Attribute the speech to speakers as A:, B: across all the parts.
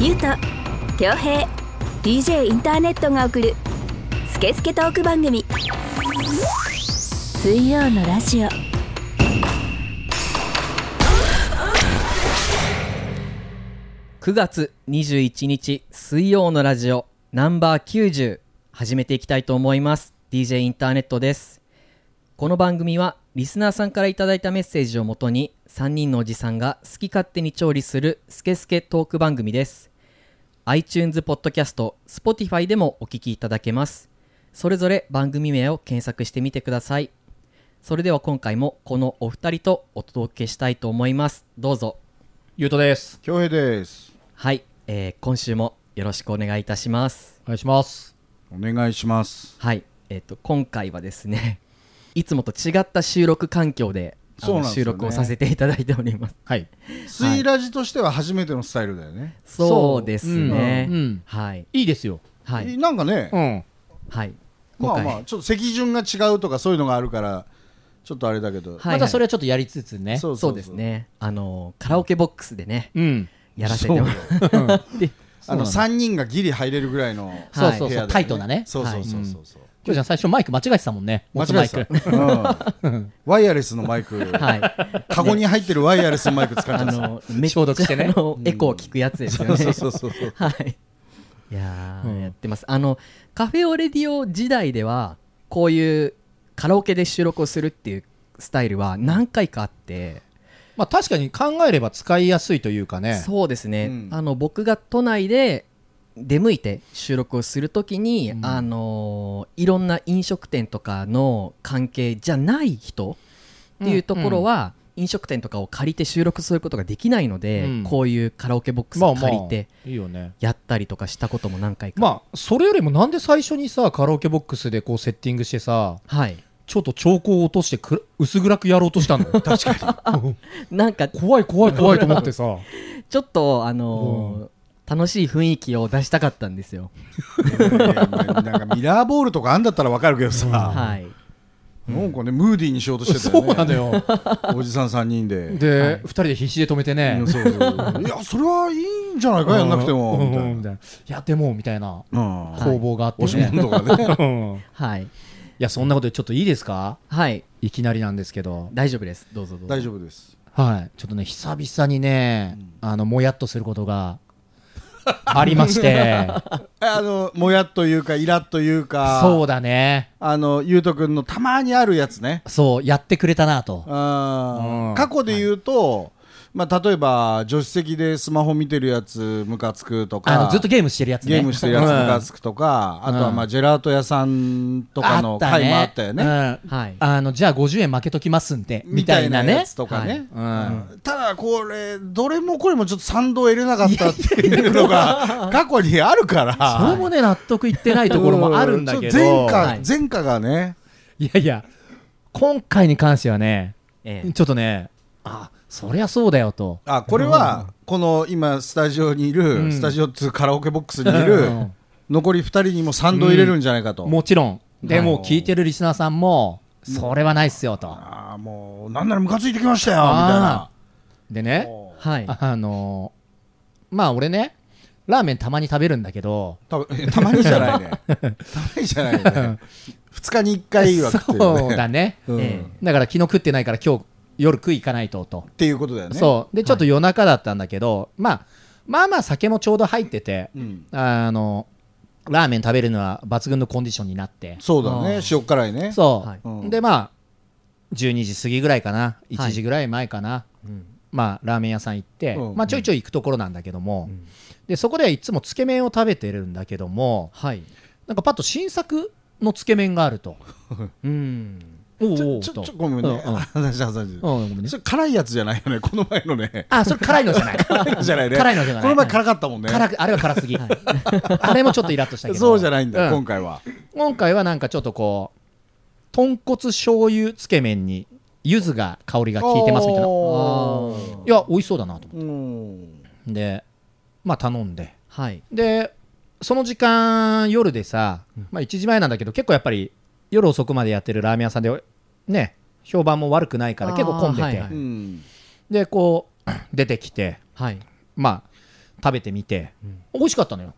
A: ゆうと恭平 DJ インターネットが送る「スケスケトーク番組」水曜のラジオ
B: 9月21日水曜のラジオナンバー90始めていきたいと思います DJ インターネットですこの番組はリスナーさんからいただいたメッセージをもとに3人のおじさんが好き勝手に調理するスケスケトーク番組です iTunes ポッドキャスト Spotify でもお聞きいただけますそれぞれ番組名を検索してみてくださいそれでは今回もこのお二人とお届けしたいと思いますどうぞ
C: ゆうとです。
D: 恭平です
B: はい、えー今週もよろしくお願いいたします。
C: お願いします。
D: お願いします
B: はい、えっ、と今回はですね、 いつもと違った収録環境であの
D: そうなんです
B: 収
D: よね
B: 録をさせていただいております。
C: はい。
D: スイラジとしては初めてのスタイルだよね、
B: そうですね。
C: うんうん
B: はい、
C: いいですよ。
B: はい、
D: なんかね、
C: ん。
B: はい。
D: ま
B: 今
D: あ
B: 回、
D: まあちょっと席順が違うとかそういうのがあるからちょっとあれだけ
B: は
D: ど、
B: い
C: またそれはちょっとやりつつね。
D: そう
B: そうですね。あのカラオケボックスでね、
C: うん。
B: やらせてもらって、
D: あの
C: そうな
D: 3人がギリ入れるぐらいの
B: そう
D: はい
B: そうそう
D: 部屋だよ
C: タイトなね
D: そうそうそうそうそう、
C: きょうちゃん最初マイク間違えてたもんね。持つ
D: 間
C: マ
D: 違え
C: イク。
D: てた、うん、ワイヤレスのマイク、
B: はい。
D: カゴに入ってるワイヤレスのマイク使っちゃ
B: あ
D: った
B: のめっちゃ
C: 消毒してね
B: あのエコー聞くやつですよね。
D: そうそうそうそう
B: はい。いやー、
C: うん
B: やってます。あの、カフェオレディオ時代では、こういうカラオケで収録をするっていうスタイルは何回かあって、
C: まあ確かに考えれば使いやすいというかね。
B: そうですね、
D: うん
B: あの、僕が都内で出向いて収録をするときに、
C: うん
B: あのーいろんな飲食店とかの関係じゃない人っていうところは、飲食店とかを借りて収録することができないので、
C: うん
B: こういうカラオケボックス
C: まあ
B: を
C: まあ。
B: 借りて
C: いいよね。
B: やったりとかしたことも何回か、
C: まあ、それよりもなんで最初にさ、カラオケボックスでこうセッティングしてさ、
B: はい
C: ちょっと兆候を落としてく薄暗くやろうとしたの。確かに。
B: なんか
C: 怖い怖い怖いと思ってさ。
B: ちょっとあのー楽しい雰囲気を出したかったんですよ。
D: なんかミラーボールとかあんだったらわかるけどさ、
B: はい。
D: なんかねムーディーにしようとしてた
C: そ
D: よね
C: うなのよ。
D: おじさん3人で
C: で、二人で必死で止めてね
D: うん。そうそうそういやそれはいいんじゃないかやんなくても
C: うん
D: みた
C: うん
D: い
C: みたいな。いや、でも、みたいな
D: なうん
B: はい
C: 攻防があって
D: 押し
C: ね。
D: 問とか ね
C: うんい
B: はい。
C: や、そんなことでちょっといいですか
B: はい。
C: いきなりなんですけど。
B: 大丈夫です。どうぞどうぞ。
D: 大丈夫です
C: はい。ちょっとね、久々にね、あの、もやっとすることが ありまして。
D: えあのもやっというかイラっというか
C: そう
D: う
C: だね。
D: あのゆうとくんのたまにあるやつね
C: そう、やってくれたなと。
D: あ
C: うん
D: ー過去で言うとまあ例えば助手席でスマホ見てるやつムカつくと
C: あ
D: か
C: の、ずっとゲームしてるやつね。
D: ゲームしてるやつムカ
C: うん
D: つくとかあとはま
C: う
D: あジェラート屋さんとかの回もあったよね
C: ね。うん
B: はい
C: あの、じゃあ50円負けときますんで、み
D: み
C: た
D: た
C: い
D: い
C: な
D: な
C: ね
D: やつ。とかね
C: うん。
D: ただこれどれもこれもちょっと賛同を得れなかったっていうの が過去にあるから
C: それもね、納得いってないところもあるんだけど。
D: ちょっと前
B: はい
D: 科前科がね
C: いやいや、今回に関してはね、
B: ええ
C: ちょっとね、あ、そりゃそうだよと。
D: あこれはこの今スタジオにいる、
C: うん
D: スタジオっていうカラオケボックスにいうる
C: ん
D: 残り2人にも賛同入れるんじゃないかと、
C: もちろん。で
D: は
C: も、
D: い
C: 聞いてるリスナーさんも、それはないっすよと。
D: ああもうなんならムカついてきましたよみ
C: あで
D: たい
C: ね、
D: な
B: はい。
C: あのー、まあ俺ね、ラーメンたまに食べるんだけど、
D: たたまにじゃないねたまにじゃない ね2日に1回は食ってるよね
C: そうだね。
D: うん
B: え
C: だから昨日食ってないから今日夜食い行かないとと。
D: っていうことだよね
C: そう。で、ちょっと夜中だったんだけど、まあ、まあまあ酒もちょうど入ってて、
D: ん
C: あの、ラーメン食べるのは抜群のコンディションになって。
D: そうだ
B: あ
D: ね塩辛いね
C: そう、
B: はい
D: うん
C: でまあ12時過ぎぐらいかな
B: は
C: 1
B: い
C: 時ぐらい前かな、
B: うん
C: まあラーメン屋さん行って、
D: うん
C: まあ、ちょいちょい行くところなんだけども、
B: うん
C: でそこではいつもつけ麺を食べてるんだけども
B: はい。
C: なんかパッと新作のつけ麺があると
B: うん。
C: おう
D: ち
C: お
D: ょ
C: う
D: ちょ
C: と
D: ちょごめん
C: うん
D: ね
C: うん
D: 話挟んで
C: うんごめんね
D: それ辛いやつじゃないよねこの前 のね
C: あそれ辛いのじゃない辛
D: じゃ ないね
C: いのじゃない
D: この前辛かったもんね
C: 辛くあれは辛すぎ、あれもちょっとイラッとしたけど
D: そうじゃないんだ
C: う
D: 今回は
C: 今回はなんかちょっとこう豚骨醤油つけ麺に柚子が香りが効いてますみたいない
D: おー
C: や美味しそうだなと思
D: うん
C: ってでまあ頼んで
B: はい。
C: でその時間夜でさ、まあ、1時前なんだけど結構やっぱり夜遅くまでやってるラーメン屋さんでね評判も悪くないから結構混んでて、
B: あーはいはい
D: うん
C: でこう 出てきて
B: はい。
C: まあ食べてみて、
B: うん
C: 美味しかったのよ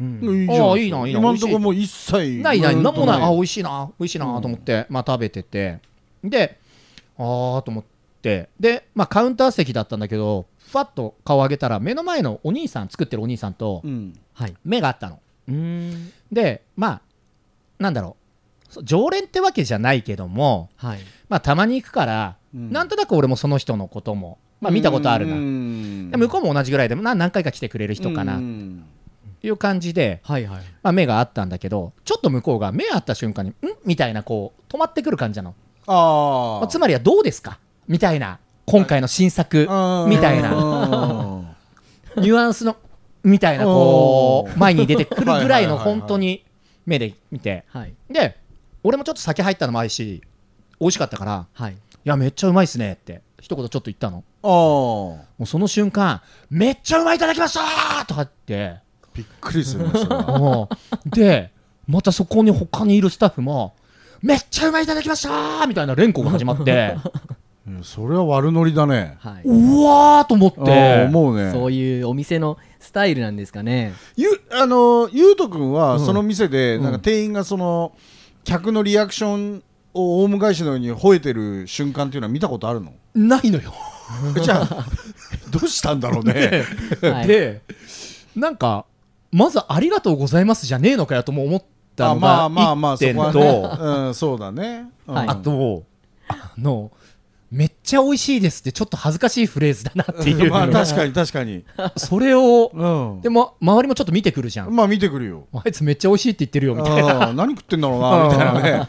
B: うん
D: うんいいじゃ
C: あ
D: ん
C: あいいないいな
D: 今んとこもう一切
C: ないないなんもないあ
D: あ
C: 美味しいな美味しいなと思って、まあ食べててでああと思ってでまあカウンター席だったんだけどふわっと顔上げたら目の前のお兄さん作ってるお兄さんと
D: うん
B: はい。
C: 目があったの
B: うーん。
C: でまあなんだろうそう常連ってわけじゃないけども
B: はい。
C: まあたまに行くから、
D: うん
C: なんとなく俺もその人のこともまあ見たことあるな、で向こうも同じぐらいでな何回か来てくれる人かな、
D: うん
C: いう感じで、
B: はいはい。
C: まあ、目があったんだけどちょっと向こうが目あった瞬間に「ん?」みたいなこう止まってくる感じなの
D: あ
C: まあ
D: あ
C: つまりはどうですかみたいな今回の新作みたいな
D: な
C: ニュアンスのみたいなこう前に出てくるぐらいの
D: はいはいはいはい
C: 本当に目で見て
B: はい。
C: で俺もちょっと酒入ったのもあるし美味しかったから
B: はい。
C: 「いやめっちゃうまいっすね」って一言ちょっと言ったの
D: あー
C: もうその瞬間「めっちゃうまいいただきました!」とかって
D: びっくりするねそれ は
C: うんでまたそこに他にいるスタッフも「めっちゃうまいいただきました!」みたいな連呼が始まって
D: いやそれは悪ノリだね
B: は
C: う
B: い。
C: わーと思っ
D: あー
C: て
D: 思うね
B: そういうお店のスタイルなんですかね。
D: ゆあのゆうとくん
C: う
D: は
C: ん
D: その店で
C: うん
D: なんか店員がその客のリアクションをオウム返しのように吠えてる瞬間っていうのは見たことあるの
C: ないのよ。
D: じゃあどうしたんだろうね
B: はい
C: でなんかまず「ありがとうございます」じゃねえのかよとも思った
D: あ
C: の
D: まあ
C: が
D: まあまあ
C: 1
D: そ
C: 点
D: こは
C: と
D: ねうんそうだねうん
B: はい
C: あとあの「めっちゃ美味しいです」ってちょっと恥ずかしいフレーズだなっていう
D: まあ確かに確かに
C: それを
D: うん
C: でも周りもちょっと見てくるじゃん
D: まあ見てくるよ
C: 「あいつめっちゃ美味しいって言ってるよ」みたい
D: あー何食ってんだろうなみたいなね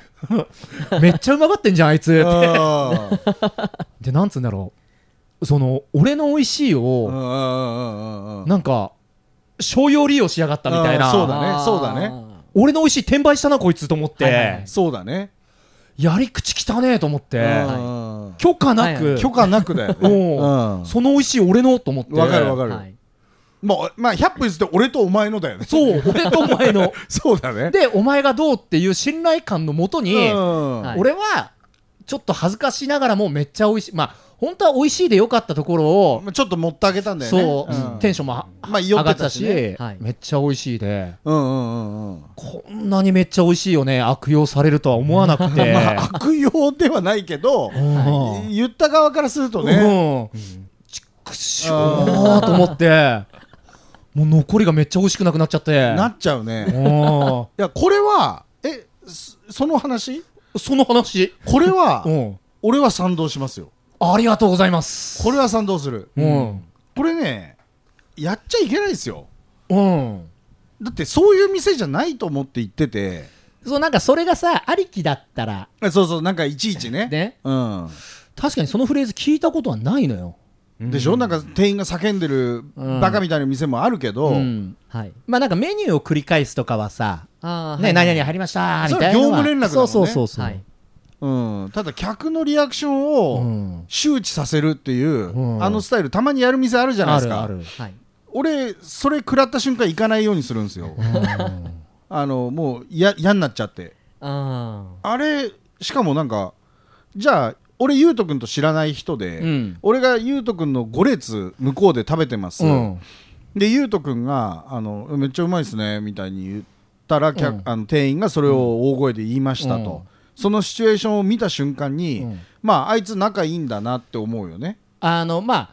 C: な「めっちゃうまかってんじゃんあいつ」って
D: あー
C: でなんつうんだろうその俺の美味しい
D: うんう
C: を
D: んうんうんうん
C: なんか商用利用しやがったみたい
D: あー
C: な
D: そうだね
B: あー
D: そうだね
C: 俺の美味しい転売したなこいつと思って、
B: はいはいはい
D: そうだね
C: やり口汚ねえと思って、
D: うん
C: 許可な
B: はい
C: く、
B: は
D: 許可なくだよね
C: おう
D: うん
C: その美味しい俺のと思って
D: わかるわかる、
B: はい。
D: もうまあ100分ずって俺とお前のだよね
C: そう俺とお前の
D: そうだ ね
C: でお前がどうっていう信頼感のもとに、
D: うん
B: はい
C: 俺はちょっと恥ずかしながらもめっちゃ美味しいまあ本当は美味しいでよかったところを、
D: まあちょっと持ってあげたんだよね
C: そう、
D: ん
C: テンションもは
D: まあ
C: 上
D: 酔
C: が
D: って
C: ってた
D: たし
C: し、
D: ね
B: はい
C: めっちゃ美味しいで
D: うんうんうんうん
C: こんなにめっちゃ美味しいよね悪用されるとは思わなくて、
D: まあ悪用ではないけど
C: うん
D: 言った側からするとね
C: ね、うん、ちくしょ
D: あ
C: ーと思ってもう残りがめっちゃ美味しくなくなっちゃって
D: なっちゃう ね
C: うん
D: いやこれはえそその話
C: その話
D: これは
C: うん
D: 俺は賛同しますよ
C: ありがとうございます
D: これは賛同する
C: うん
D: これねやっちゃいけないですよ
C: うん
D: だってそういう店じゃないと思って行ってて
C: そうなんかそれがさありきだったら
D: そうそうなんかいちいちね
C: ね
D: うん
C: 確かにそのフレーズ聞いたことはないのよ
D: でしょなんか店員が叫んでる
C: うん
D: バカみたいな店もあるけど、
C: うん
B: はい。
C: まあなんかメニューを繰り返すとかはさ
B: ああ。
C: ね
B: はい
C: 何々入りましたみたいな
D: それは業務連絡だもんね
C: そうそうそうそう
B: はい。
D: うんただ客のリアクショ
C: う
D: ンを
C: ん
D: 周知させるっていう、
C: うん
D: あのスタイルたまにやる店あるじゃないですか
C: ある
B: はい。
D: 俺それ食らった瞬間行かないようにするんですよ
C: ある
D: あのもうや嫌になっちゃって
B: あ
D: あれしかもなんかじゃあ俺ゆうとくんと知らない人で、
C: うん
D: 俺がゆうとくんの5列向こうで食べてます、
C: うん
D: でゆうとくんがあの「めっちゃうまいですね」みたいに言ったら、客
C: うん
D: あの店員がそれを大声で言いましたと、
C: うん
D: そのシチュエーションを見た瞬間に、
C: うん
D: まああいつ仲いいんだなって思うよね
C: あのまあ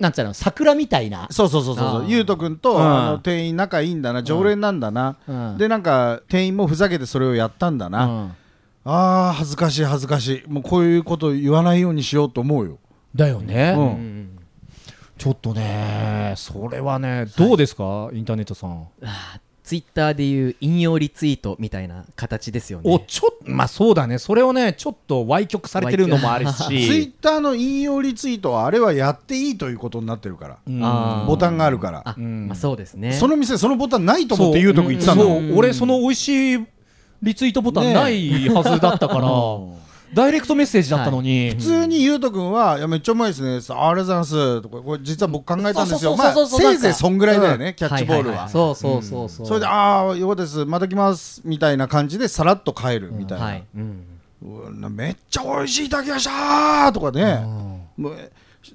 C: なんつうの桜みたいな
D: そうそうそうそうそ
B: あ
D: う
B: ー
D: ゆうとくんと、
C: うん
D: あの店員仲いいんだな常連なんだな、
C: うん
D: でなんか店員もふざけてそれをやったんだな、
C: うん
D: あー恥ずかしい恥ずかしいもうこういうこと言わないようにしようと思うよ
C: だよね、
D: うん
B: あ。うん。
C: ちょっとねそれはねどうですか、インターネットさん
B: ツイッターでいう引用リツイートみたいな形ですよね。
C: おちょっまあそうだねそれをねちょっと歪曲されてるのもある
D: ツイ
C: し
D: ッターの引用リツイートはあれはやっていいということになってるから、
C: うん
B: あー
D: ボタンがあるから
B: あ、
C: うん
B: まあそうですね。
D: その店そのボタンないと思って言うとこ言ってたんだ
C: そ
D: もん
C: う俺その美味しいリツイートボタンないはずだったから、ダイレクトメッセージだったのに、
D: 普通にゆうとくんは「いやめっちゃうまいですね」さあありがとうございます」とかこれ実は僕考えたんですよ
C: そう
D: ま
C: そうそうそ
D: あ
C: うそう
D: せいぜいそんぐらいだよね、キャッ
B: は
D: チ
B: い
D: ボ
B: はい
D: ー
B: はい
D: ルは,、
C: そうそうそうそう
D: それで「ああよかったですまた来ます」みたいな感じでさらっと帰るみたいな、
B: はい。うん。
D: うわなめっちゃ美味しいだけやしたーとかね、もう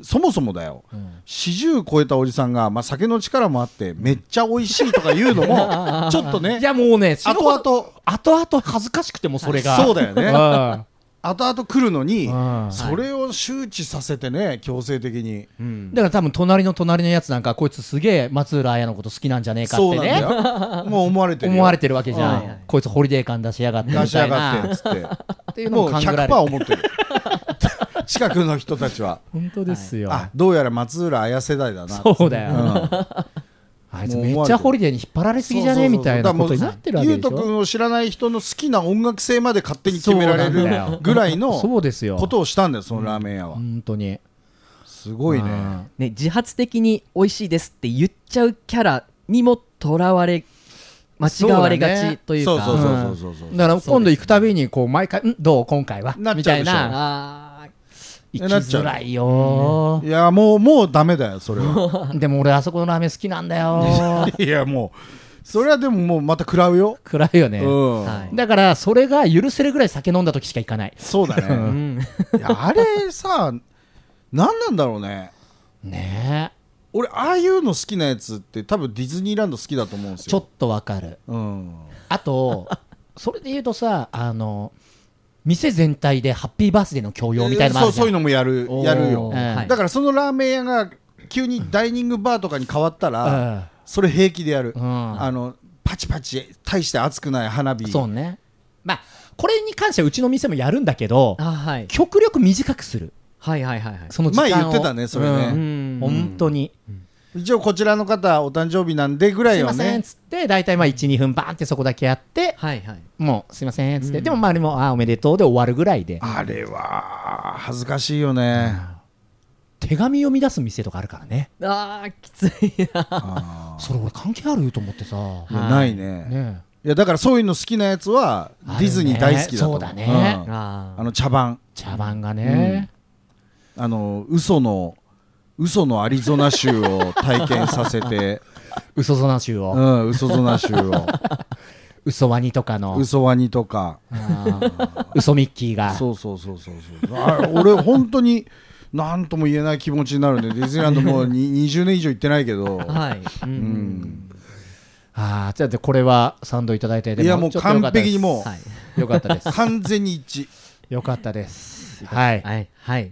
D: そもそもだよ、40超えたおじさんが、まあ、酒の力もあってめっちゃ美味しいとか言う のもちょっとね
C: いやもうね死ぬほど
D: 後
C: 後々恥ずかしくてもそれが
D: そうだよね
C: ね
D: 々後々来るのに
C: うん
D: それを周知させてね強制的に、
C: だから多分隣の隣のやつなんかこいつすげえ松浦綾のこと好きなんじゃねえかっ
D: そ
C: て
D: うなん
C: ね
D: だよもう思われてるよ
C: 思われてるわけじゃ
B: うん
C: んこいつホリデー感出しやがってみたいな
D: 出しやがってっつって
C: っていうの
D: も
C: も
D: う
C: 勘ぐられ
D: 100%
C: る
D: 思ってる 近くの人たちは
C: 本当ですよ、
D: あどうやら松浦綾世代だな
C: そうだよ、
D: うん
C: あいつめっちゃホリデーに引っ張られすぎじゃねえみたいなことになってるわけで
D: ゆう
C: しょ
D: とくんを知らない人の好きな音楽性まで勝手に決められ
C: そうなんだ
D: る
C: よ
D: ぐらいの
C: そうですよ
D: ことをしたんだよそのラーメン屋は
C: 本当にす
D: すごいね
B: ね、自発的に美味しいですって言っちゃうキャラにもとらわれ間違われがちというか
D: そうそうそうそうそうそう
C: だから今度行くたびにこう毎回「んどう今回は?」
D: なっ
C: み
D: ちゃ
C: た
D: うでしょ
C: いなあー行き
D: なっちゃう
C: づらいよ
D: いやもうもうダメだよそれは
C: でも俺あそこのラーメン好きなんだよ
D: いやもうそれはでももうまた食らうよ
C: 暗いよね、
D: うん
B: はい
C: だからそれが許せるぐらい酒飲んだ時しか行かない
D: そうだ
B: う
D: ね
B: ん、
D: いやあれさ何なんだろうね
C: ね
D: 俺ああいうの好きなやつって多分ディズニーランド好きだと思うんです
C: え
D: よ
C: ちょっとわかる
D: うん
C: あと それで言うとさあの店全体でハッピーバースデーの共用みたいなのもあ
D: そう
C: るじゃん
D: そういうのもやるやるよ
C: おーはい
D: だからそのラーメン屋が急にダイニングバーとかに変わったら
C: うん
D: それ平気でやる
C: うん
D: あのパチパチ大して熱くない花火
C: そうねまあこれに関してはうちの店もやるんだけど
B: あはい
C: 極力短くする
B: はいはいはいはい
C: その時間を
D: 前言ってたねそれね
C: うん
B: うん
C: 本当に、
D: 一応こちらの方お誕生日なんでぐら
C: す
D: い
C: い
D: は
C: ませんっ
D: ね
C: つって大体まあ12分バーンってそこだけやって
B: はいはい
C: もうすいませんっつって、でも周りもあおめでとうで終わるぐらいで
D: あれは恥ずかしいよね
C: 手紙読み出す店とかあるからね
B: あーきついな
D: あ
C: それ俺関係あると思ってさ、
D: ーいやないね
C: ね
D: いやだからそういうの好きなやつはディズニー大好きだと思
C: あるねそうだね
D: うん
B: あ
D: あの茶番
C: 茶番がね、
D: あの嘘の嘘のアリゾナ州を体験させ て、
C: 嘘そな集を、
D: うん、嘘ゾナ州 を
C: 嘘ワニとかの
D: 嘘ワニとか
C: 嘘ミッキーが
D: そうそうそうそうそうあれ俺本当に何とも言えない気持ちになるねディズニーランドも うに20年以上行ってないけど、
B: はい、うん
D: うん、
C: ああじゃあでこれは賛同いただいてで
D: いやもう
C: ちょっとよかったです
D: 完璧にも
B: はい
C: よかったです
D: 完全に一致
C: よかったですはい
B: はい、はい、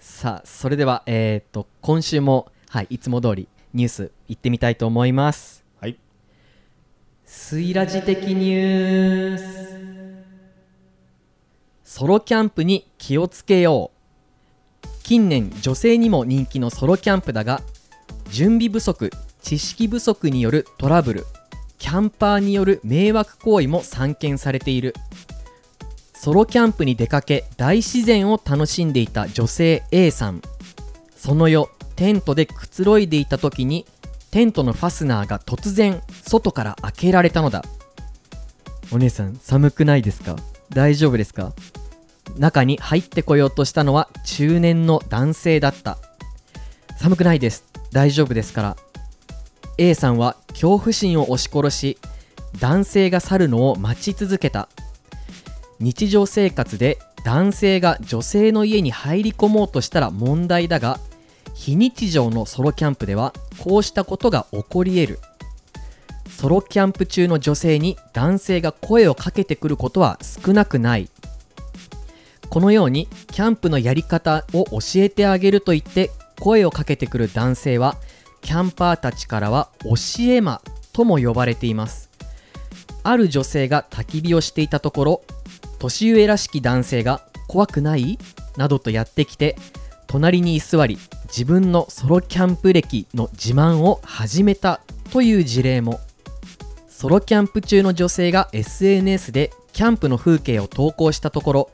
B: さあそれではえっ、と今週も、はい、いつも通りニュース行ってみたいと思います
D: はい
B: スイラジ的ニュースソロキャンプに気をつけよう近年女性にも人気のソロキャンプだが準備不足知識不足によるトラブルキャンパーによる迷惑行為も散見されているソロキャンプに出かけ大自然を楽しんでいた女性 A さんその夜テントでくつろいでいた時にテントのファスナーが突然外から開けられたのだお姉さん寒くないですか大丈夫ですか中に入ってこようとしたのは中年の男性だった寒くないです大丈夫ですから A さんは恐怖心を押し殺し男性が去るのを待ち続けた日常生活で男性が女性の家に入り込もうとしたら問題だが非日常のソロキャンプではこうしたことが起こり得るソロキャンプ中の女性に男性が声をかけてくることは少なくないこのようにキャンプのやり方を教えてあげると言って声をかけてくる男性はキャンパーたちからは教え魔とも呼ばれていますある女性が焚き火をしていたところ年上らしき男性が「怖くない?」などとやってきて隣に居座り自分のソロキャンプ歴の自慢を始めたという事例もソロキャンプ中の女性が SNS でキャンプの風景を投稿したところ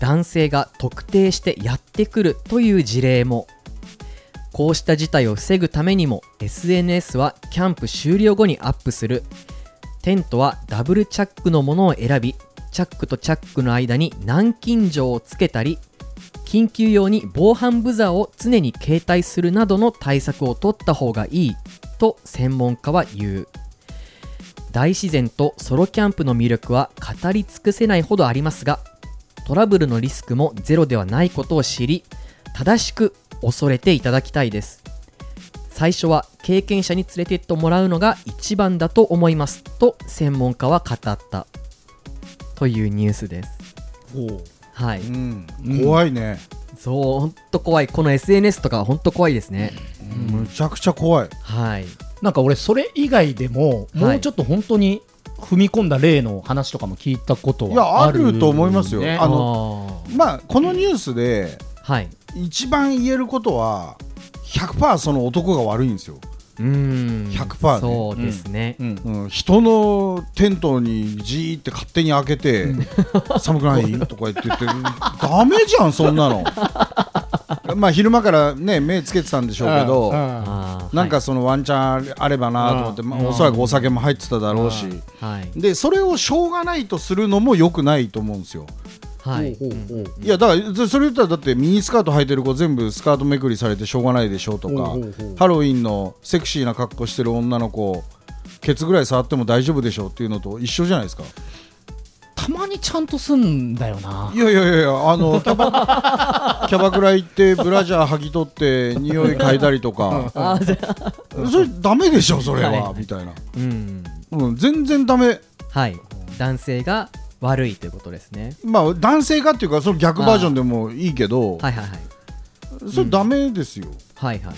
B: 男性が特定してやってくるという事例もこうした事態を防ぐためにも SNS はキャンプ終了後にアップするテントはダブルチャックのものを選びチャックとチャックの間に南京錠をつけたり緊急用に防犯ブザーを常に携帯するなどの対策を取った方がいいと専門家は言う大自然とソロキャンプの魅力は語り尽くせないほどありますがトラブルのリスクもゼロではないことを知り正しく恐れていただきたいです最初は経験者に連れてってもらうのが一番だと思いますと専門家は語ったというニュースですはい
D: うん、怖いね、
B: そうほんと怖いこの SNS とかほんと怖いですね
D: むちゃくちゃ怖い
B: はい
C: なんか俺それ以外でもも
B: は
C: う
B: い
C: ちょっと本当に踏み込んだ例の話とかも聞いたこと
D: いや
C: は
D: あ
C: ある
D: ると思いますよ
C: ね
D: あ
B: あ
D: の
B: の
D: まあこのニュースで
B: はい
D: 一番言えることは100%その男が悪いんですよ、
B: うーん
D: 100%ね
B: そうですね、
C: うん
D: うん、人のテントにじーって勝手に開けて、寒くないとか言って言ってダメじゃんそんなのまあ昼間からね目つけてたんでしょうけど、
C: うん
B: あー
D: なんかそのワンチャンあればなと思って、
C: うん
D: まあ、おそらくお酒も入ってただろうし、
B: はい
D: でそれをしょうがないとするのも良くないと思うんですよ。
B: はい
C: ほうほうほう
D: いやだからずそれ言ったらだってミニスカート履いてる子全部スカートめくりされてしょうがないでしょうとか
C: おうおうおう
D: ハロウィンのセクシーな格好してる女の子ケツぐらい触っても大丈夫でしょうっていうのと一緒じゃないですか
C: たまにちゃんとすんだよない
D: やいやいやいやあのキャバキャバク ラ行ってブラジャー剥ぎ取って匂い嗅いだりとか
B: あーじゃあ
D: それダメでしょそれは
B: はい
D: みたいな、
B: うん
D: うん、全然ダメ
B: はい男性が悪いということですね
D: まあ男性かっていうかその逆バージョンでもいいけど、
B: はいはいはい
D: それダメですよ、
B: はいはい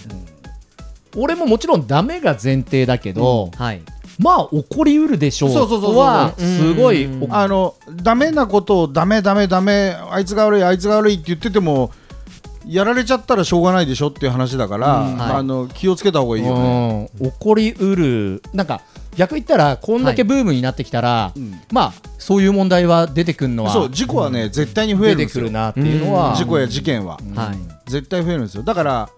C: 俺ももちろんダメが前提だけど、
B: はい
C: まあ起こりうるでしょう
D: そうそうそうそう
C: はすごい
B: うん
D: あのダメなことをダメダメダメあいつが悪いあいつが悪いって言っててもやられちゃったらしょうがないでしょっていう話だから、
C: うん
B: はい
D: あの気をつけた方がいいよね。
C: うん、起こりうるなんか逆言ったらこんだけブームになってきたら、
D: うん
C: まあそういう問題は出てくるのは
D: そう事故はね、絶対に増
C: 出
D: えるん
C: て
D: で
C: く
D: すよ
C: るなっていうのは
D: 事故や事件は、
C: うん
B: はい
D: 絶対増えるんですよだから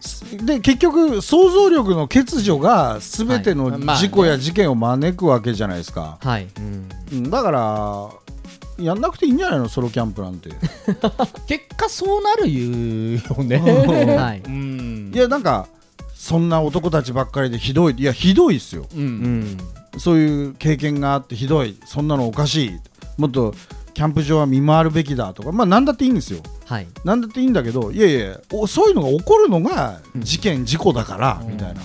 D: すで結局想像力の欠如が全ての
C: はいまあね
D: 事故や事件を招くわけじゃないですか、
B: はいうん
D: うんだからやんなくていいんじゃないのソロキャンプなんてい
C: 結果そうなるよね、
B: はい
C: うん
D: やなんかそんな男たちばっかりでひどいいやひどいっすよ
B: う
C: う
B: んん
D: そういう経験があってひどいそんなのおかしいもっとキャンプ場は見回るべきだとかまあ何だっていいんですよ
B: はい
D: 何だっていいんだけどいやいやおそういうのが起こるのが事件、事故だから、みたいな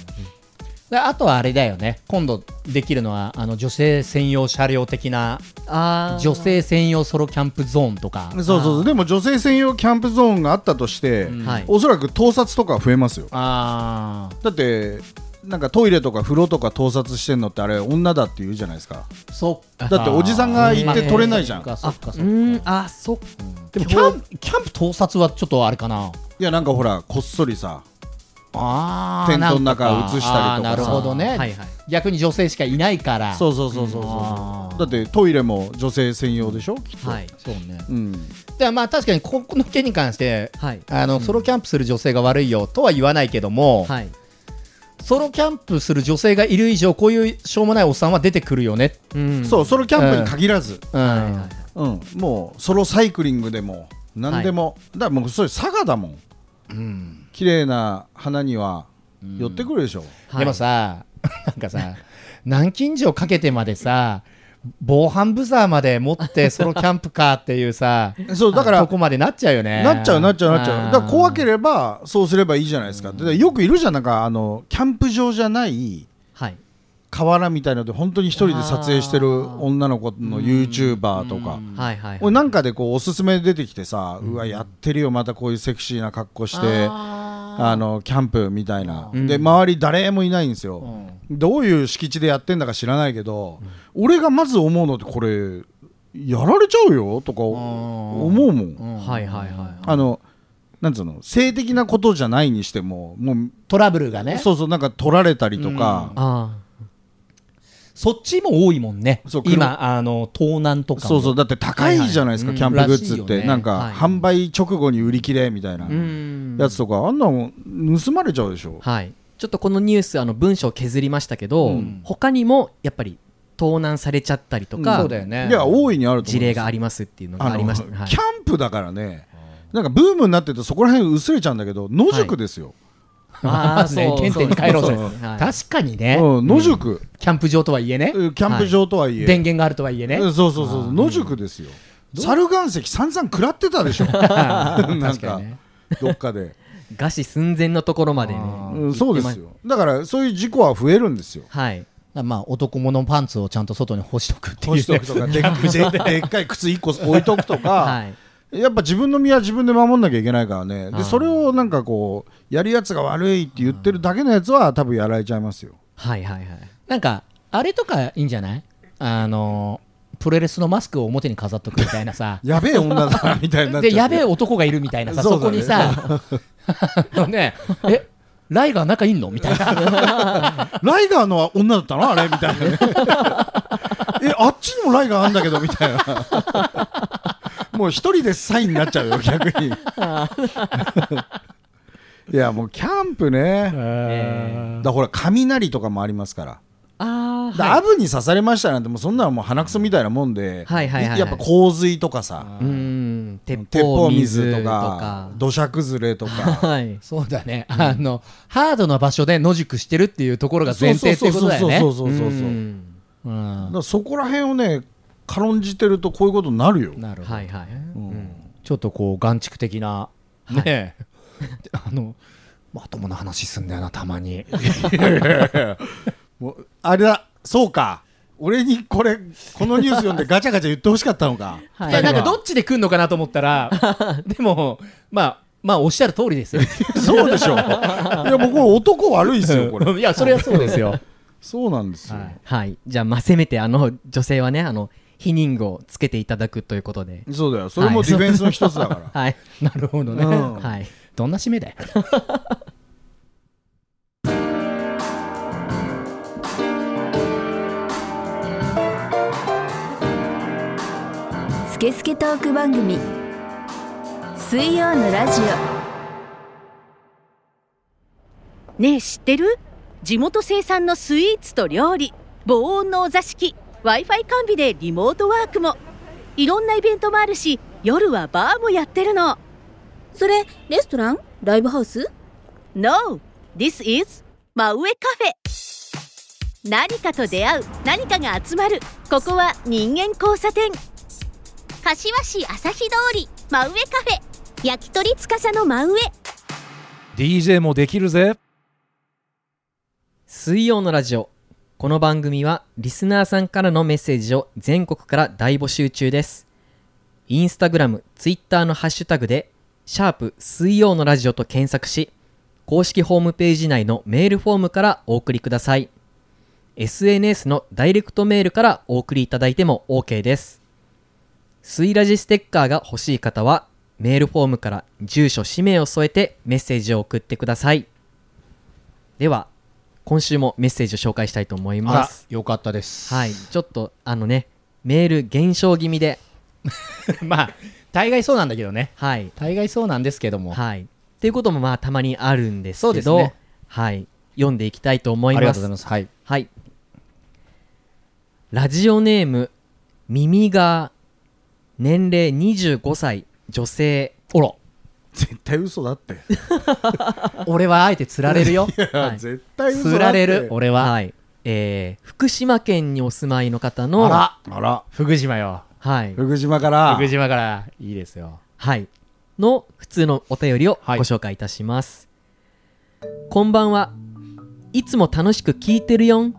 C: であとはあれだよね今度できるのはあの女性専用車両的な
B: あー
C: 女性専用ソロキャンプゾーンとか
D: そうそうそうでも女性専用キャンプゾーンがあったとして、
C: うん
B: はい
D: おそらく盗撮とか増えますよ
C: あ
D: だってなんかトイレとか風呂とか盗撮してんのってあれ女だって言うじゃないですか
C: ーそっか
D: だっておじさんがいて撮れないじゃん
C: そっかそ
B: あ
C: っかそ
B: う
C: っか
B: んあそっ
C: でもキャンキャンプ盗撮はちょっとあれかない
D: やなんかほらこっそりさ
C: あ
D: テントの中映したりとか
C: あーなる
B: か
C: ほどね、
B: はいはい
C: 逆に女性しかいないから
D: そううそうそうそうそう
C: だ
D: だっ
C: って
D: トイレも女性専用でしょきっと、
B: はい
C: そうね
D: うん
C: でまあ確かにここの件に関して
B: はい
C: あのソロキャンプする女性が悪いよとは言わないけども、
B: はい
C: ソロキャンプする女性がいる以上こういうしょうもないおっさんは出てくるよね、
B: うん
D: そうソロキャンプに限らず、
C: うん
B: はいはいはい
D: うんもうソロサイクリングでも何でも、だからもうそれ佐賀だもん
C: うん
D: 綺麗な花には寄ってくるでしょ、
B: はい
C: でもさ、 なんかさ南京錠かけてまでさ防犯ブザーまで持ってソロキャンプかっていうさ
D: そうだから
C: とこまでなっちゃうよね
D: なっちゃうなっちゃうなっちゃうだから怖け
C: ば
D: ればそうすればいいじゃないですか、でよくいるじゃんなんかあのキャンプ場じゃない
B: はい
D: 河原みたいので本当に一人で撮影してる女の子の YouTuber とか、
B: はいはい
D: 俺なんかでこうおすすめ出てきてさ、うわやってるよまたこういうセクシーな格好してあのキャンプみたいな、
B: うん
D: で周り誰もいないんですよ、どういう敷地でやってんだか知らないけど、俺がまず思うのってこれやられちゃうよとか思うもん、
B: はいはいはい
D: あのなんつうの性的なことじゃないにしてももう
C: トラブルがねそ
D: そうそうなんか取られたりとか、
B: あ
C: っちも多いもんね
D: そう車
C: 今あの盗難とかも
D: そうそうだって高いじゃないですか、
B: はい
D: キャ
B: はい
D: ンプグッズって、
C: うんらしいよね
D: なん
B: は
D: か
B: い
D: 販売直後に売り切れみたいな
B: ーうん
D: やつとか、あんなの盗まれちゃうでしょ、
B: はい、ちょっとこのニュースあの文章を削りましたけど、
C: うん
B: 他にもやっぱり盗難されちゃったりと
C: うん
B: か、
C: そうだよね
D: いや大いにあると
B: 事
D: 思うんで
B: 例
D: すよ
B: がありますっていうの
D: あ
B: が
D: の
B: ありました、はい
D: キャンプだからねなんかブームになってるとそこら辺薄れちゃうんだけど野宿ですよ、
B: あーそう
C: ね原点に帰ろうぜ
B: そうですねはい
C: 確かにね、
D: うん、野宿、
C: キャンプ場とはいえね
D: えキャンプ場とはいえ、
C: 電源があるとはいえね、
D: うんそうそうそう野宿ですよ、猿岩石散々食らってたでしょな ん
C: 確か
D: か
C: にね
D: どっかで、
B: 餓死寸前のところまでね
C: あ
D: うんそうですよだからそういう事故は増えるんですよ
B: はい
C: らまあ男物パンツをちゃんと外に干しとくっていう
D: 干しとくとかでっかいでっかい靴1個置いとく とか、
B: はい
D: やっぱ自分の身は自分で守んなきゃいけないからね
B: あー
D: でそれをなんかこうやるやつが悪いって言ってるだけのやつは多分やられちゃいますよ
B: はいはいはい
C: なんかあれとかいいんじゃないあのプロレスのマスクを表に飾っとくみたい なさ
D: やべえ女だなみたいになっちゃう
C: でやべえ男がいるみたいなさ
D: そ
C: そう
D: だ
C: こに
D: ね
C: さあ のねえライガー仲いいのみたいな
D: ライガーの女だったのあれみたいなねえあっちにもライガーあんだけどみたいなもう一人でサインになっちゃうよ逆にいやもうキャンプね
B: え
D: だほら雷とかもありますから
B: あ
D: だ
B: あ
D: アブに刺されましたなんてもうそんなのもう鼻くそみたいなもんで、
B: はいはいはいはい
D: やっぱ洪水とかさ
B: うん鉄
D: 鉄
B: 砲
D: 砲
B: 水
D: 水
B: とか
D: とか土砂崩れとか
B: はい
C: そうだねあのハードな場所で野宿してるっていうところが前提っていうことだよ
D: そ
C: ね
D: うそうそうそうそうそうだ
B: ん
C: うん
D: からそこら辺をね軽んじてるとこういうことになるよ
C: なるほど
B: はいはい
C: ちょっとこう眼蓄的なねえあのまともな話すんだよなたまに
D: もうあれだそうか俺にこれこのニュース読んで ガチャガチャ言ってほしかった のか
B: はい
C: やなんかどっちで来んのかなと思ったらでもまあまあおっしゃる通りですよ
D: そうでしょいや僕は男悪いですよこれ
C: いやそれはそうですよ
D: そうなんですよ、
C: はい
B: はいじゃあまあせめてあの女性はねあの避妊具をつけていただくということで
D: そうだよそれもディフェンスの一つだから、
B: はい
C: なるほ どね、
D: うん
B: はい
C: どんな締めだよ
A: スケスケトーク番組水曜のラジ
E: ねえ知ってる地元生産のスイーツと料理防音のお座敷 w i f i 完備でリモートワークもいろんなイベントもあるし夜はバーもやってるの
A: オそれレストランライブハウス
E: No! This is 真上カフェ何かと出会う何かが集まるここは人間交差点柏市朝日通り真上カフェ焼き鳥つかさの真上
F: DJ もできるぜ
B: 水曜のラジオこの番組はリスナーさんからのメッセージを全国から大募集中ですインスタグラムツイッターのハッシュタグで「シャープ水曜のラジオ」と検索し公式ホームページ内のメールフォームからお送りください SNS のダイレクトメールからお送りいただいても OK です水ラジステッカーが欲しい方はメールフォームから住所氏名を添えてメッセージを送ってくださいでは今週もメッセージを紹介したいと思いま
C: あ
B: す
C: よかったで す
B: はい、ちょっとあのね、メール減少気味で、
C: まあ大概そうなんだけどね
B: はい、
C: 大概そうなんですけども
B: はい。っていうこともまあたまにあるんですけど、
C: そうですね
B: はい、読んでいきたいと思
C: あ
B: い
C: り
B: ます。
C: がとうございますはい
B: はい。ラジオネーム、耳が年齢25歳、女性。
C: おら
D: 絶対嘘だって
C: 俺はあえて釣られるよ
B: はい
D: 絶対嘘だって
C: 釣られる俺は、
B: はい。えー、福島県にお住まいの方
D: あ
B: の、
D: らあら
C: 福島よ
B: はい、
D: 福島から
C: 福島からいいですよ
B: はい、の普通のお便りをご
C: はい
B: 紹介いたします、こんばんはいつも楽しく聞いてるよん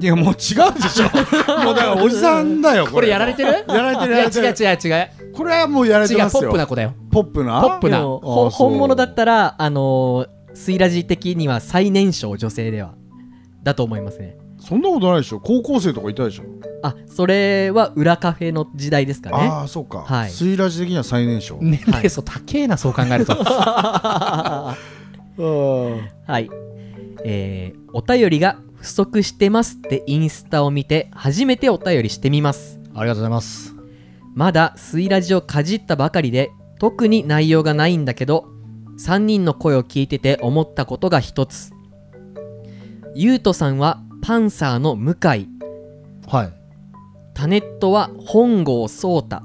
D: いやもう違うで しょもうだからおじさんだよこれ
C: これやられてる
D: やられてる
C: い
D: や
C: や
D: られてる
C: 違う違う違う
D: これはもうやられて
C: 違
D: ま
C: うポ
D: すよ
C: ップな子だよ
D: ポップな
C: ポップな
B: でも
D: あー
B: ほん
D: そう
B: 本物だったらあのー、スイラジ的には最年少女性ではだと思いますね
D: そんなことないでしょ高校生とかいたでしょ
B: あそれは裏カフェの時代ですかね
D: ああそうか、
B: はい
D: スイラジ的には最年少、
C: 年齢層高えなそう考えると
B: はいえー、お便りが不足してますってインスタを見て初めてお便りしてみます
C: ありがとうございます
B: まだスイラジをかじったばかりで特に内容がないんだけど3人の声を聞いてて思ったことが一つゆうとさんはパンサーの向井
C: はい
B: タネットは本郷颯太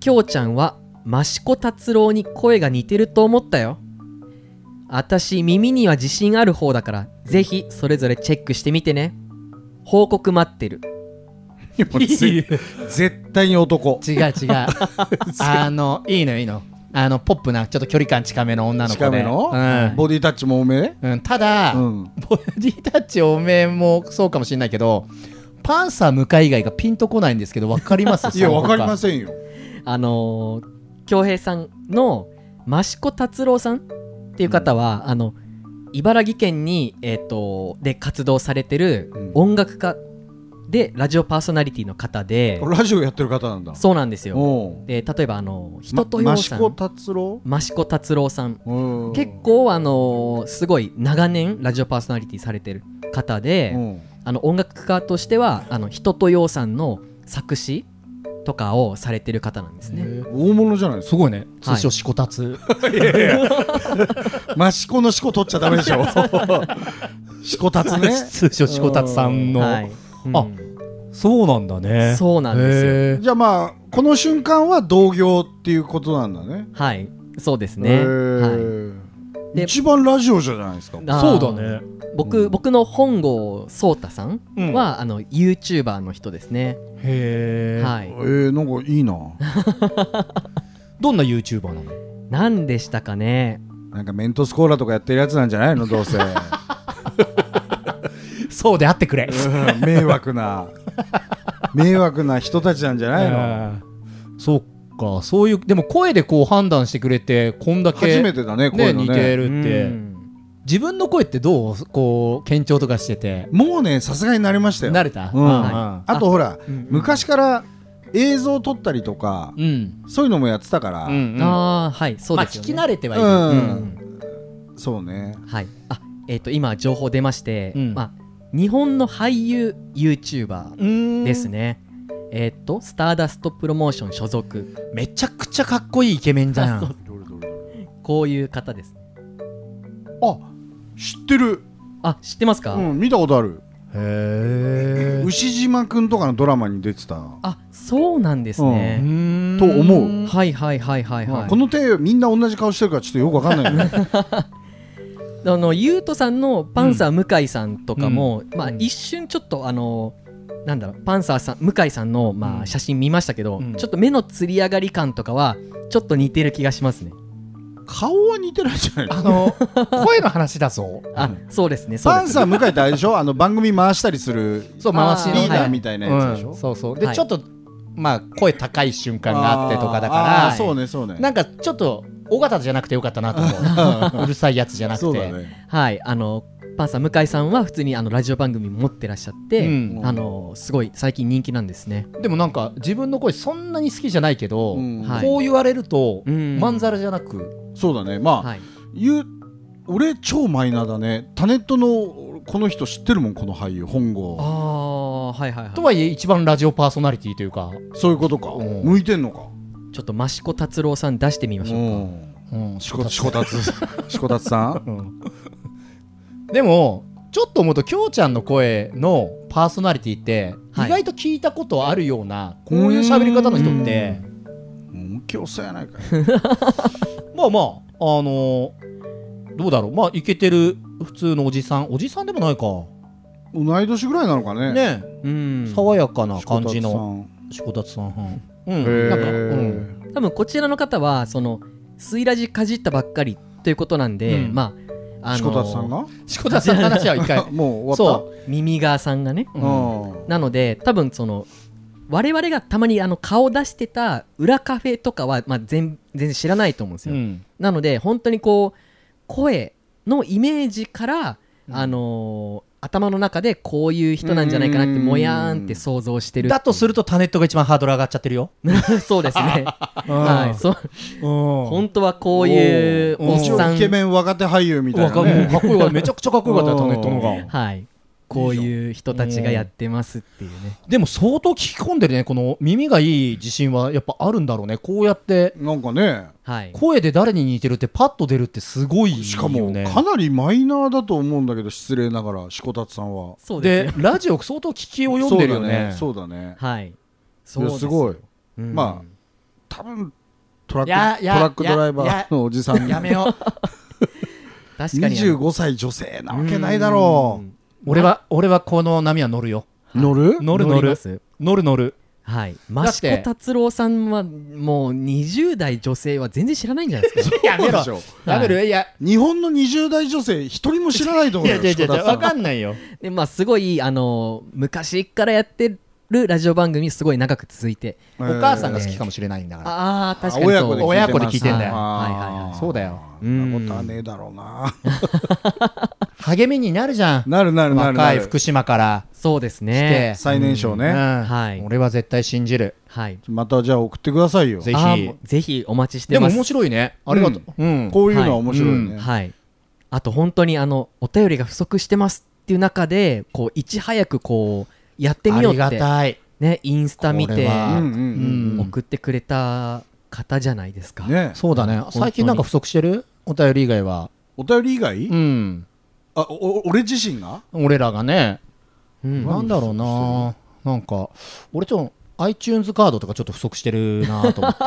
B: きょうちゃんは益子達郎に声が似てると思ったよあたし耳には自信ある方だからぜひそれぞれチェックしてみてね報告待ってる
D: もうぜ絶対に男
G: 違う違うあのいいのいいのあのポップなちょっと距離感近めの女の子で
D: 近めの、
G: うん
D: ボディタッチも多め
G: うん、ただ、
D: うん
G: ボディタッチ多めもそうかもしれないけどパンサー向井以外がピンとこないんですけど分かります
D: いやわかりますせんよ
B: あのー京平さんの益子達郎さんっていう方は、あの茨城県に、えー、とで活動されてる
D: うん
B: 音楽家で、ラジオパーソナリティの方で
D: ラジオやってる方なんだ
B: そうなんですよ
D: おう
B: で例えばあの人とよ
D: ま
B: う
D: 益
B: さ
D: 子
B: ん
D: 達郎
B: 益子達郎さん
D: うん
B: 結構あのーすごい長年ラジオパーソナリティされてる方で、
D: うん
B: あの音楽家としてはあの人とようさんの作詞とかをされてる方なんですね。
D: 大物じゃないです
G: すごいね
B: はい
G: 通称しこたつ、
D: か益子のしこ取っちゃダメでしょ しこたつね
G: 通称しこたつさんの、
B: はいうん
C: あそうなんだね
B: そうなんですよ
C: へ
D: じゃあまあこの瞬間は同業っていうことなんだね
B: はい、そうです
D: へ
B: ね。は
D: ー
B: いで
D: 一番ラジオじゃないですか
B: い、
D: へ
B: あー
C: そうだ。ね
B: 僕、
D: うん
B: 僕の本郷颯太さん
C: うん
B: は、あの YouTuber の人ですね。
C: へえ、
B: はい。
D: えなんかいいな
C: どんな YouTuber なの
B: 何でしたかね。
D: なんかメントスコーラとかやってるやつなんじゃない のどうせう
G: そうであってくれ
D: ん迷惑 な迷惑な人たちなんじゃないの
C: そっかそういうでも声でこう判断してくれてこんだけ
D: 初めてだねこういうの
C: 似て
D: ね
C: るって、
B: うん
C: 自分の声ってどうこう緊張とかしてて
D: もうねさすがに慣れましたよ
C: 慣れた、
D: うん
B: は
D: あ
B: い
D: とほら
B: うん
D: 昔から映像撮ったりとか
C: うん
D: そういうのもやってたか
C: う
D: ら
C: んあ
B: ああ、はい、そう
C: まあ
B: です
C: 聞
B: よ
C: き
B: ね。
C: 慣れてはいる、
D: うん
B: うん
D: そうね
B: はい。あ、えっ、と今情報出まして、
C: うん
B: まあ日本の俳優 YouTuber
C: うん
B: ですね。えっ、とスターダストプロモーション所属、
C: めちゃくちゃかっこいいイケメンじゃん
B: こういう方です。
D: あ知ってる
B: あ、知ってますか？
D: うん見たことある
C: へ
D: 牛島くんとかのドラマに出てた
B: あ、そうなんですね。
C: え
D: と思う
B: はいはいはいはいはい。
D: この手みんな同じ顔してるからちょっとよくわかんないよね
B: あのゆうとさんのパンサー向井さんとかも、まあ
C: うん
B: 一瞬ちょっとあのなんだろうパンサーさん向井さんのま
C: う
B: あ
C: ん
B: 写真見ましたけど、
C: うん
B: ちょっと目のつり上がり感とかはちょっと似てる気がしますね。
D: 顔は似てないじゃない
C: あの 声の話だぞ
B: あ、そうですね。そう
D: パ
B: で
D: ン
B: す
D: サー向井ってあれでしょあの番組回したりする
C: そう
B: あー
C: 回しの
D: リーダ
C: は
D: ー
C: い
D: みたいなやつでしょ、
C: うんそうそうで、
B: はい
C: ちょっとまあ声高い瞬間があってとかだか
D: あーあ
C: ら
D: ーそうねそうね
C: なんかちょっと尾形じゃなくてよかったなと思ううるさいやつじゃなくて
D: そうだね
B: はい、あのパンサー向井さんは普通にあのラジオ番組持ってらっしゃって、
C: うん
B: あのすごい最近人気なんですね。
C: でもなんか自分の声そんなに好きじゃないけど、
D: うん
B: はい
C: こう言われると、
B: うん
C: まんざらじゃなく、
D: そうだねまあ、
B: はい。
D: 言う俺超マイナーだねタネットのこの人知ってるもんこの俳優本
B: あ
D: 郷
B: あ、はいはいはい。
C: とはいえ一番ラジオパーソナリティというか、
D: そういうことか
C: うん
D: 向いてんのか
B: ちょっと益子達郎さん出してみましょうか。
C: うん
D: しこしこたつしこたつさん
C: でもちょっと思うときょうちゃんの声のパーソナリティって、
B: はい
C: 意外と聞いたことあるようなこういう喋り方の人って
D: もう今日さやないか
C: まあまああのーどうだろうまあいけてる普通のおじさんおじさんでもないか
D: 同い年ぐらいなのかね
C: ね
B: うん。
C: 爽やかな
D: しこ
C: 感
D: たつ
C: じ
D: さん
C: のしこたつさんうん、
D: へ
C: うん、なんか、
D: ー
C: うん、
B: 多分こちらの方はそのスイラジかじったばっかりということなんで、
C: うん
B: まああの
D: しこたつさんが
C: しこたつさんの話は一 回
D: あもう終わっ
C: そ
B: 耳側さんがね
C: う、
D: た
C: うん
D: うん
B: なので多分その我々がたまにあの顔出してた裏カフェとかは、まあ、全全然知らないと思うんです
C: う
B: よ、
C: ん
B: なので本当にこう声のイメージから、あのー頭の中でこういう人なんじゃないかなって
D: うん
B: もやーんって想像してる
C: だとするとタネットが一番ハードル上がっちゃってるよ、
B: と そうですね、はい、そう
C: ほん
B: 本当はこういうおっ
D: 一
B: さ
D: 応
B: ん
D: イケメン若手俳優みたい
C: わか
D: な
C: るもう
D: ね
C: かっこよかっためちゃくちゃかっこよかったよタネットの
D: う
C: が
B: はい、こういう人たちがやってますっていうね。
C: でも相当聞き込んでるねこの耳がいい自信はやっぱあるんだろうねこうやって
D: なんかね
B: はい、
C: 声で誰に似てるってパッと出るってすごいよ、ね、
D: しかもかなりマイナーだと思うんだけど失礼ながらしこたつさんは
B: そうです
C: で
B: よ。
C: ラジオ相当聞き及んでるよね
D: そうだね
B: はい。そ
D: そううだねいやすご
B: い。
D: い
B: うん
D: まあ多分トラ
C: いや
D: ック
C: い
D: ト
C: や
D: ラックドライバーのおじさん
C: やめよう
B: 確かに
D: 25歳女性なわけないだろ
B: うん
C: 俺は俺はこの波は乗るよ
D: う乗る
C: 乗る乗る
B: ます
C: 乗る乗る
B: はい、益子達郎さんはもう20代女性は全然知らないんじゃないですか
C: やめろ
D: そうでしょ
C: やめる、い、や
D: 日本の20代女性一人も知らないと
C: い
D: 思う
C: や
D: よ
C: いやいや
D: 志子田さ
C: わかんないよ
B: で、まあ、すごいあの昔からやってるラジオ番組すごい長く続いて
C: お
D: えー
C: 母さんが好きかもしれないんだから、
B: ああ確かに
D: 親
B: そ
D: 子
B: う
D: で聞いてま
C: 親
D: す
C: 子で聞いてんだよ
D: あ
B: は
D: ー
B: いはいはい
C: そうだよ
D: そんなことはねえだろうな
C: 励みになるじゃん
D: なるなるなるな
C: 若い
D: る
C: 福島から
B: そうですね
C: 来
D: 最年少
C: う
D: ね
C: ん
B: はい
C: 俺は絶対信じる
B: はい
D: またじゃあ送ってくださいよ
C: ぜひ
B: あーもうぜひお待ちして
C: でも
B: ます
C: 面白いねありがとう、うん
D: こういうのは面白い
C: はい
D: ね
B: はい、あと本当にあのお便りが不足してますっていう中でこういち早くこうやってみよう
C: あ
B: っ
C: り
B: て
C: が、たい
B: ね、インスタ見
C: これ
B: て
C: は
D: うんうん
C: うん
B: 送ってくれた方じゃないですか、
D: うんね
C: そうだね
B: 当に
C: 最近なんか不足してるお便り以外は
D: お便り以外
C: うん
D: あおお俺自身が
C: 俺らがね
B: うん
C: なんだろうななんか俺ちょっと iTunes カードとかちょっと不足してるなと思って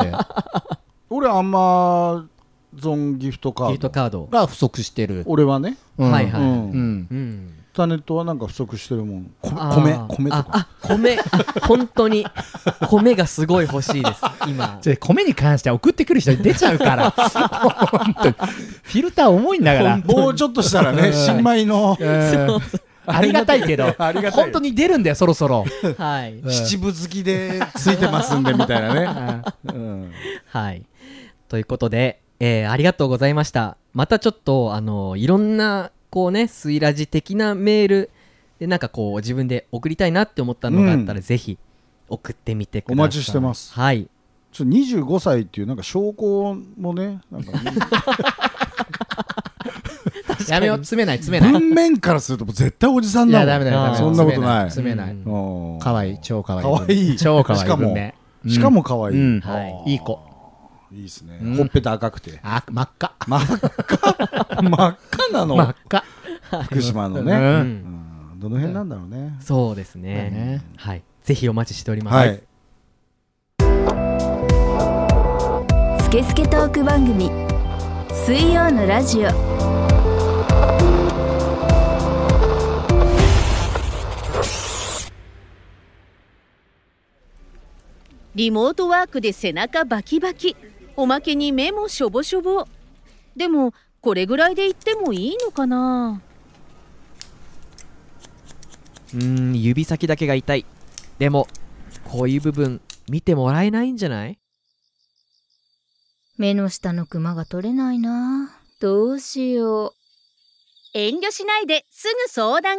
D: 俺アマゾンギフトカ
B: ギ
D: ー
B: フト
D: ド
B: カード、
C: が不足してる、
D: 俺はね
C: うん
B: はいはい、
D: うん
C: うん
B: うん
D: ターネットはなんか不足してるもんこ
B: あ
D: 米
B: ー
D: 米と
B: あ
D: か
B: あ米あ本当に米がすごい欲しいです今
C: じゃあ米に関しては送ってくる人に出ちゃうから 本当にフィルター重いんだから
D: もうちょっとしたらね新米の
C: うんありがたいけど
D: ありがたい
C: 本当に出るんだよそろそろ
B: はい
D: 七分好きでついてますんでみたいなねうん
B: はい。ということで、えーありがとうございました。またちょっと、あのいろんな、こうね、スイラジ的なメールで、なんかこう、自分で送りたいなって思ったのがあったら、
D: うん
B: ぜひ、送ってみてください。
D: お待ちしてます
B: はい。
D: ちょっと25歳っていうなんか証拠もねな んかね
C: やめよう詰めない詰めない
D: 文面からするともう絶対おじさん
C: い
D: だも
C: やダ
D: ん
C: メだよダメだよ
D: そんなことない
C: 詰めない
B: うん
D: うん
C: 可愛い超可愛い
D: 可愛い
C: 超可愛い
D: しかも
C: 文明うん
D: しかも可愛い、
C: うん
B: はい
C: いい子
D: いいですね、
C: うん
D: ほっぺた赤く て
C: あ真っ赤
D: 真っ赤真っ赤なの、
C: 真っ赤
D: 福島の
C: う
D: ね、
B: うんん。
D: うんどの辺なんだろうね、
B: そうですね。
C: ね
B: はい。ぜひお待ちしております。
D: はい、
A: スケスケトーク番組水曜のラジオ
E: リモートワークで背中バキバキおまけに目もしょぼしょぼでもこれぐらいで言ってもいいのかな
B: うーん、指先だけが痛い。でも、こういう部分、見てもらえないんじゃない
A: 目の下のクマが取れないなどうしよう
E: 遠慮しないですぐ相談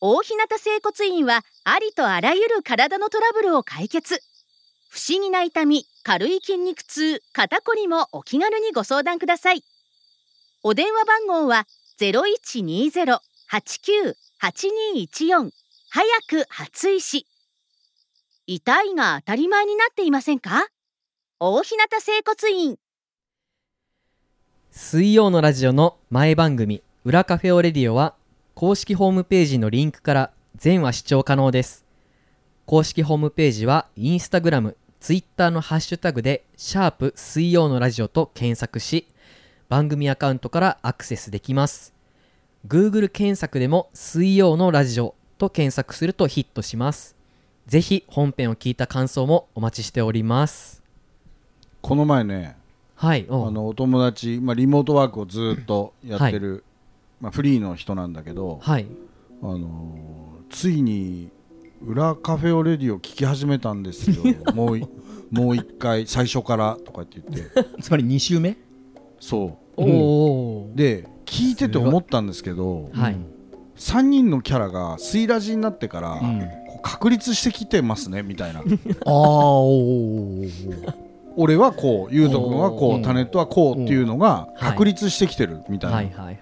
E: 大日向整骨院はありとあらゆる体のトラブルを解決不思議な痛み軽い筋肉痛肩こりもお気軽にご相談くださいお電話番号は0120-89-8214早く初医師痛いが当たり前になっていませんか大日向整骨院
B: 水曜のラジオの前番組「裏カフェオレディオ」は公式ホームページのリンクから全話視聴可能です公式ホームページはインスタグラムツイッターのハッシュタグで「シャープ水曜のラジオ」と検索し番組アカウントからアクセスできます Google 検索でも「水曜のラジオ」と検索するとヒットしますぜひ本編を聞いた感想もお待ちしております
D: この前ね
B: はいお
D: あのお友達、まあ、リモートワークをずっとやってる、まあ、フリーの人なんだけど、
B: はい
D: あのーついに「裏カフェオレディ」を聞き始めたんですよもういもう一回最初からとかって 言って
C: つまり2週目
D: そ
B: おお
D: うで聞いてて思ったんですけど、
B: はい、
D: 3人のキャラがスイラジになってから、
C: ん
D: こう確立してきてますねみたいな
C: ああおー
D: 俺はこうゆうとくんはこ
C: おー
D: うタネットはこうっていうのが
B: い
D: 確立してきてるみたいな、
B: はいはいはい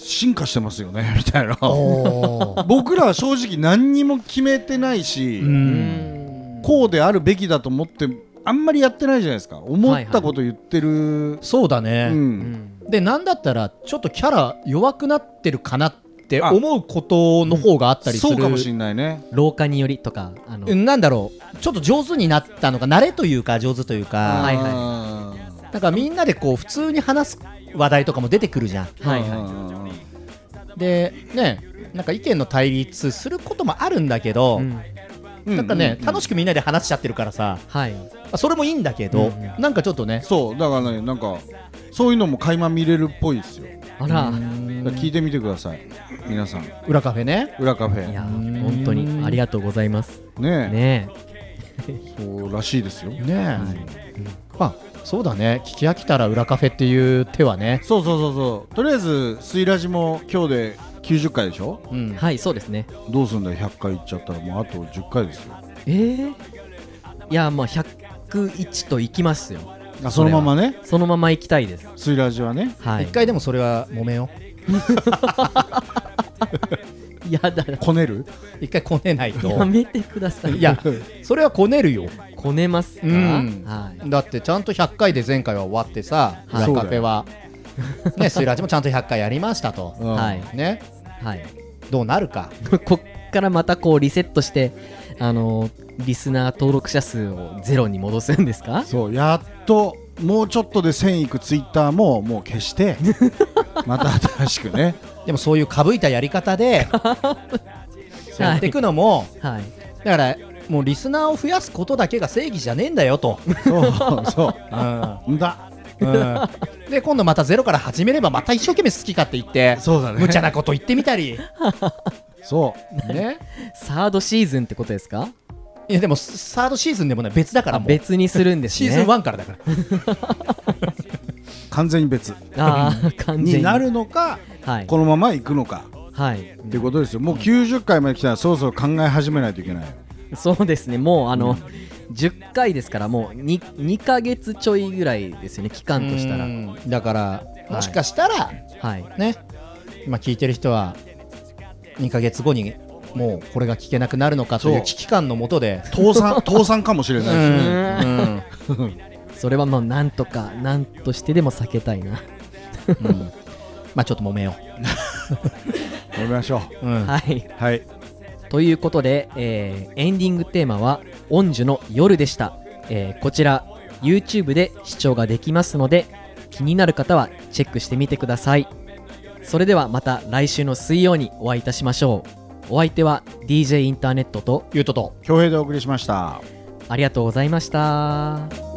D: 進化してますよねみたいな
C: おー
D: 僕らは正直何にも決めてないし、
C: うん
D: こうであるべきだと思ってあんまりやってないじゃないですか思ったこと言ってる、
C: そうだね、
D: う
B: うんん
C: でなんだったらちょっとキャラ弱くなってるかなって思うことの方があったりす
D: そ
C: る
D: うかもしれないね
B: 老化によりとかあの、
C: うんなんだろうちょっと上手になったのか慣れというか上手というか、
B: はいはい
D: は
C: なんかみんなでこう普通に話す話題とかも出てくるじゃん
B: はいはい
C: でねなんか意見の対立することもあるんだけど、
B: うん
D: うん
C: なんかね、
D: うん
C: 楽しくみんなで話しちゃってるからさ
B: はい
C: それもいいんだけど、なんかちょっとね
D: そうだからねなんかそういうのも垣間見れるっぽいですよ
B: あら
D: だから聞いてみてください皆さん
C: 裏カフェね
D: 裏カフェ
B: いや本当にありがとうございます
D: ね
B: ね
D: えそうらしいですよ
C: ねえ、まあそうだね聞き飽きたら裏カフェっていう手はね
D: そうそうそうそうとりあえずスイラジも今日で90回でしょ
C: うん
B: えはいそうですね
D: どうすんだよ100回いっちゃったらもうあと10回ですよ
B: えー、いやまあ101といきますよ
D: あそのままね
B: そのまま行きたいです
D: スイラジはね
B: はい
C: 一回でもそれは揉めよ
B: やだな
D: こねる
C: う一回こねない
B: や
C: と
B: めてください
C: いやそれはこねるよ
B: こねますか、
C: うん
B: はい
C: だってちゃんと100回で前回は終わってさ
B: はい
C: 裏カフェは、ねスイラジもちゃんと100回やりましたと、
D: うん
B: はい
C: ね
B: はい
C: どうなるか
B: こっからまたこうリセットして、あのーリスナー登録者数をゼロに戻すんですか
D: そうやっともうちょっとで1000いくツイッターももう消して また新しくね
C: でもそういうかぶいたやり方でやっていくのも、
B: はい。
C: だからもうリスナーを増やすことだけが正義じゃねえんだよと、
D: そうそ
C: うん
D: うんだ
C: うんで今度またゼロから始めればまた一生懸命好きかって言って
D: そうだね
C: 無茶なこと言ってみたり
D: そう
C: ね
B: サードシーズンってことですか
C: いやでもサードシーズンでもね別だから
B: あ
C: もう、
B: 別にするんです
C: シ
B: ね。
C: ーズン1からだから
D: 完全に別
B: ああ、完全
D: になるのか
B: はい。
D: このまま行くのか
B: はい。
D: ってことですよもう90回まで来たらそろそろ考え始めないといけない
B: そうですね、もうあの、10回ですから、もう 2, 2ヶ月ちょいぐらいですよね、期間としたら
C: う。んだから
B: い
C: もしかしたら、
B: はい。
C: ね今聞いてる人は2ヶ月後にもうこれが聞けなくなるのかとい
D: そうう
C: 危機感のもとで
D: 倒産倒産かもしれ
C: う
D: ないし、
C: んうん
B: それはもうなんとか、なんとしてでも避けたいな。
C: うんまあちょっと揉めよ
D: やめましょう
C: う、うん
B: はい。
D: はい
B: ということで、えーエンディングテーマは「オンジュの夜」でした、えーこちら YouTube で視聴ができますので気になる方はチェックしてみてくださいそれではまた来週の水曜にお会いいたしましょうお相手は DJ インターネットと
C: ゆうとと
D: 恭平でお送りしました
B: ありがとうございました。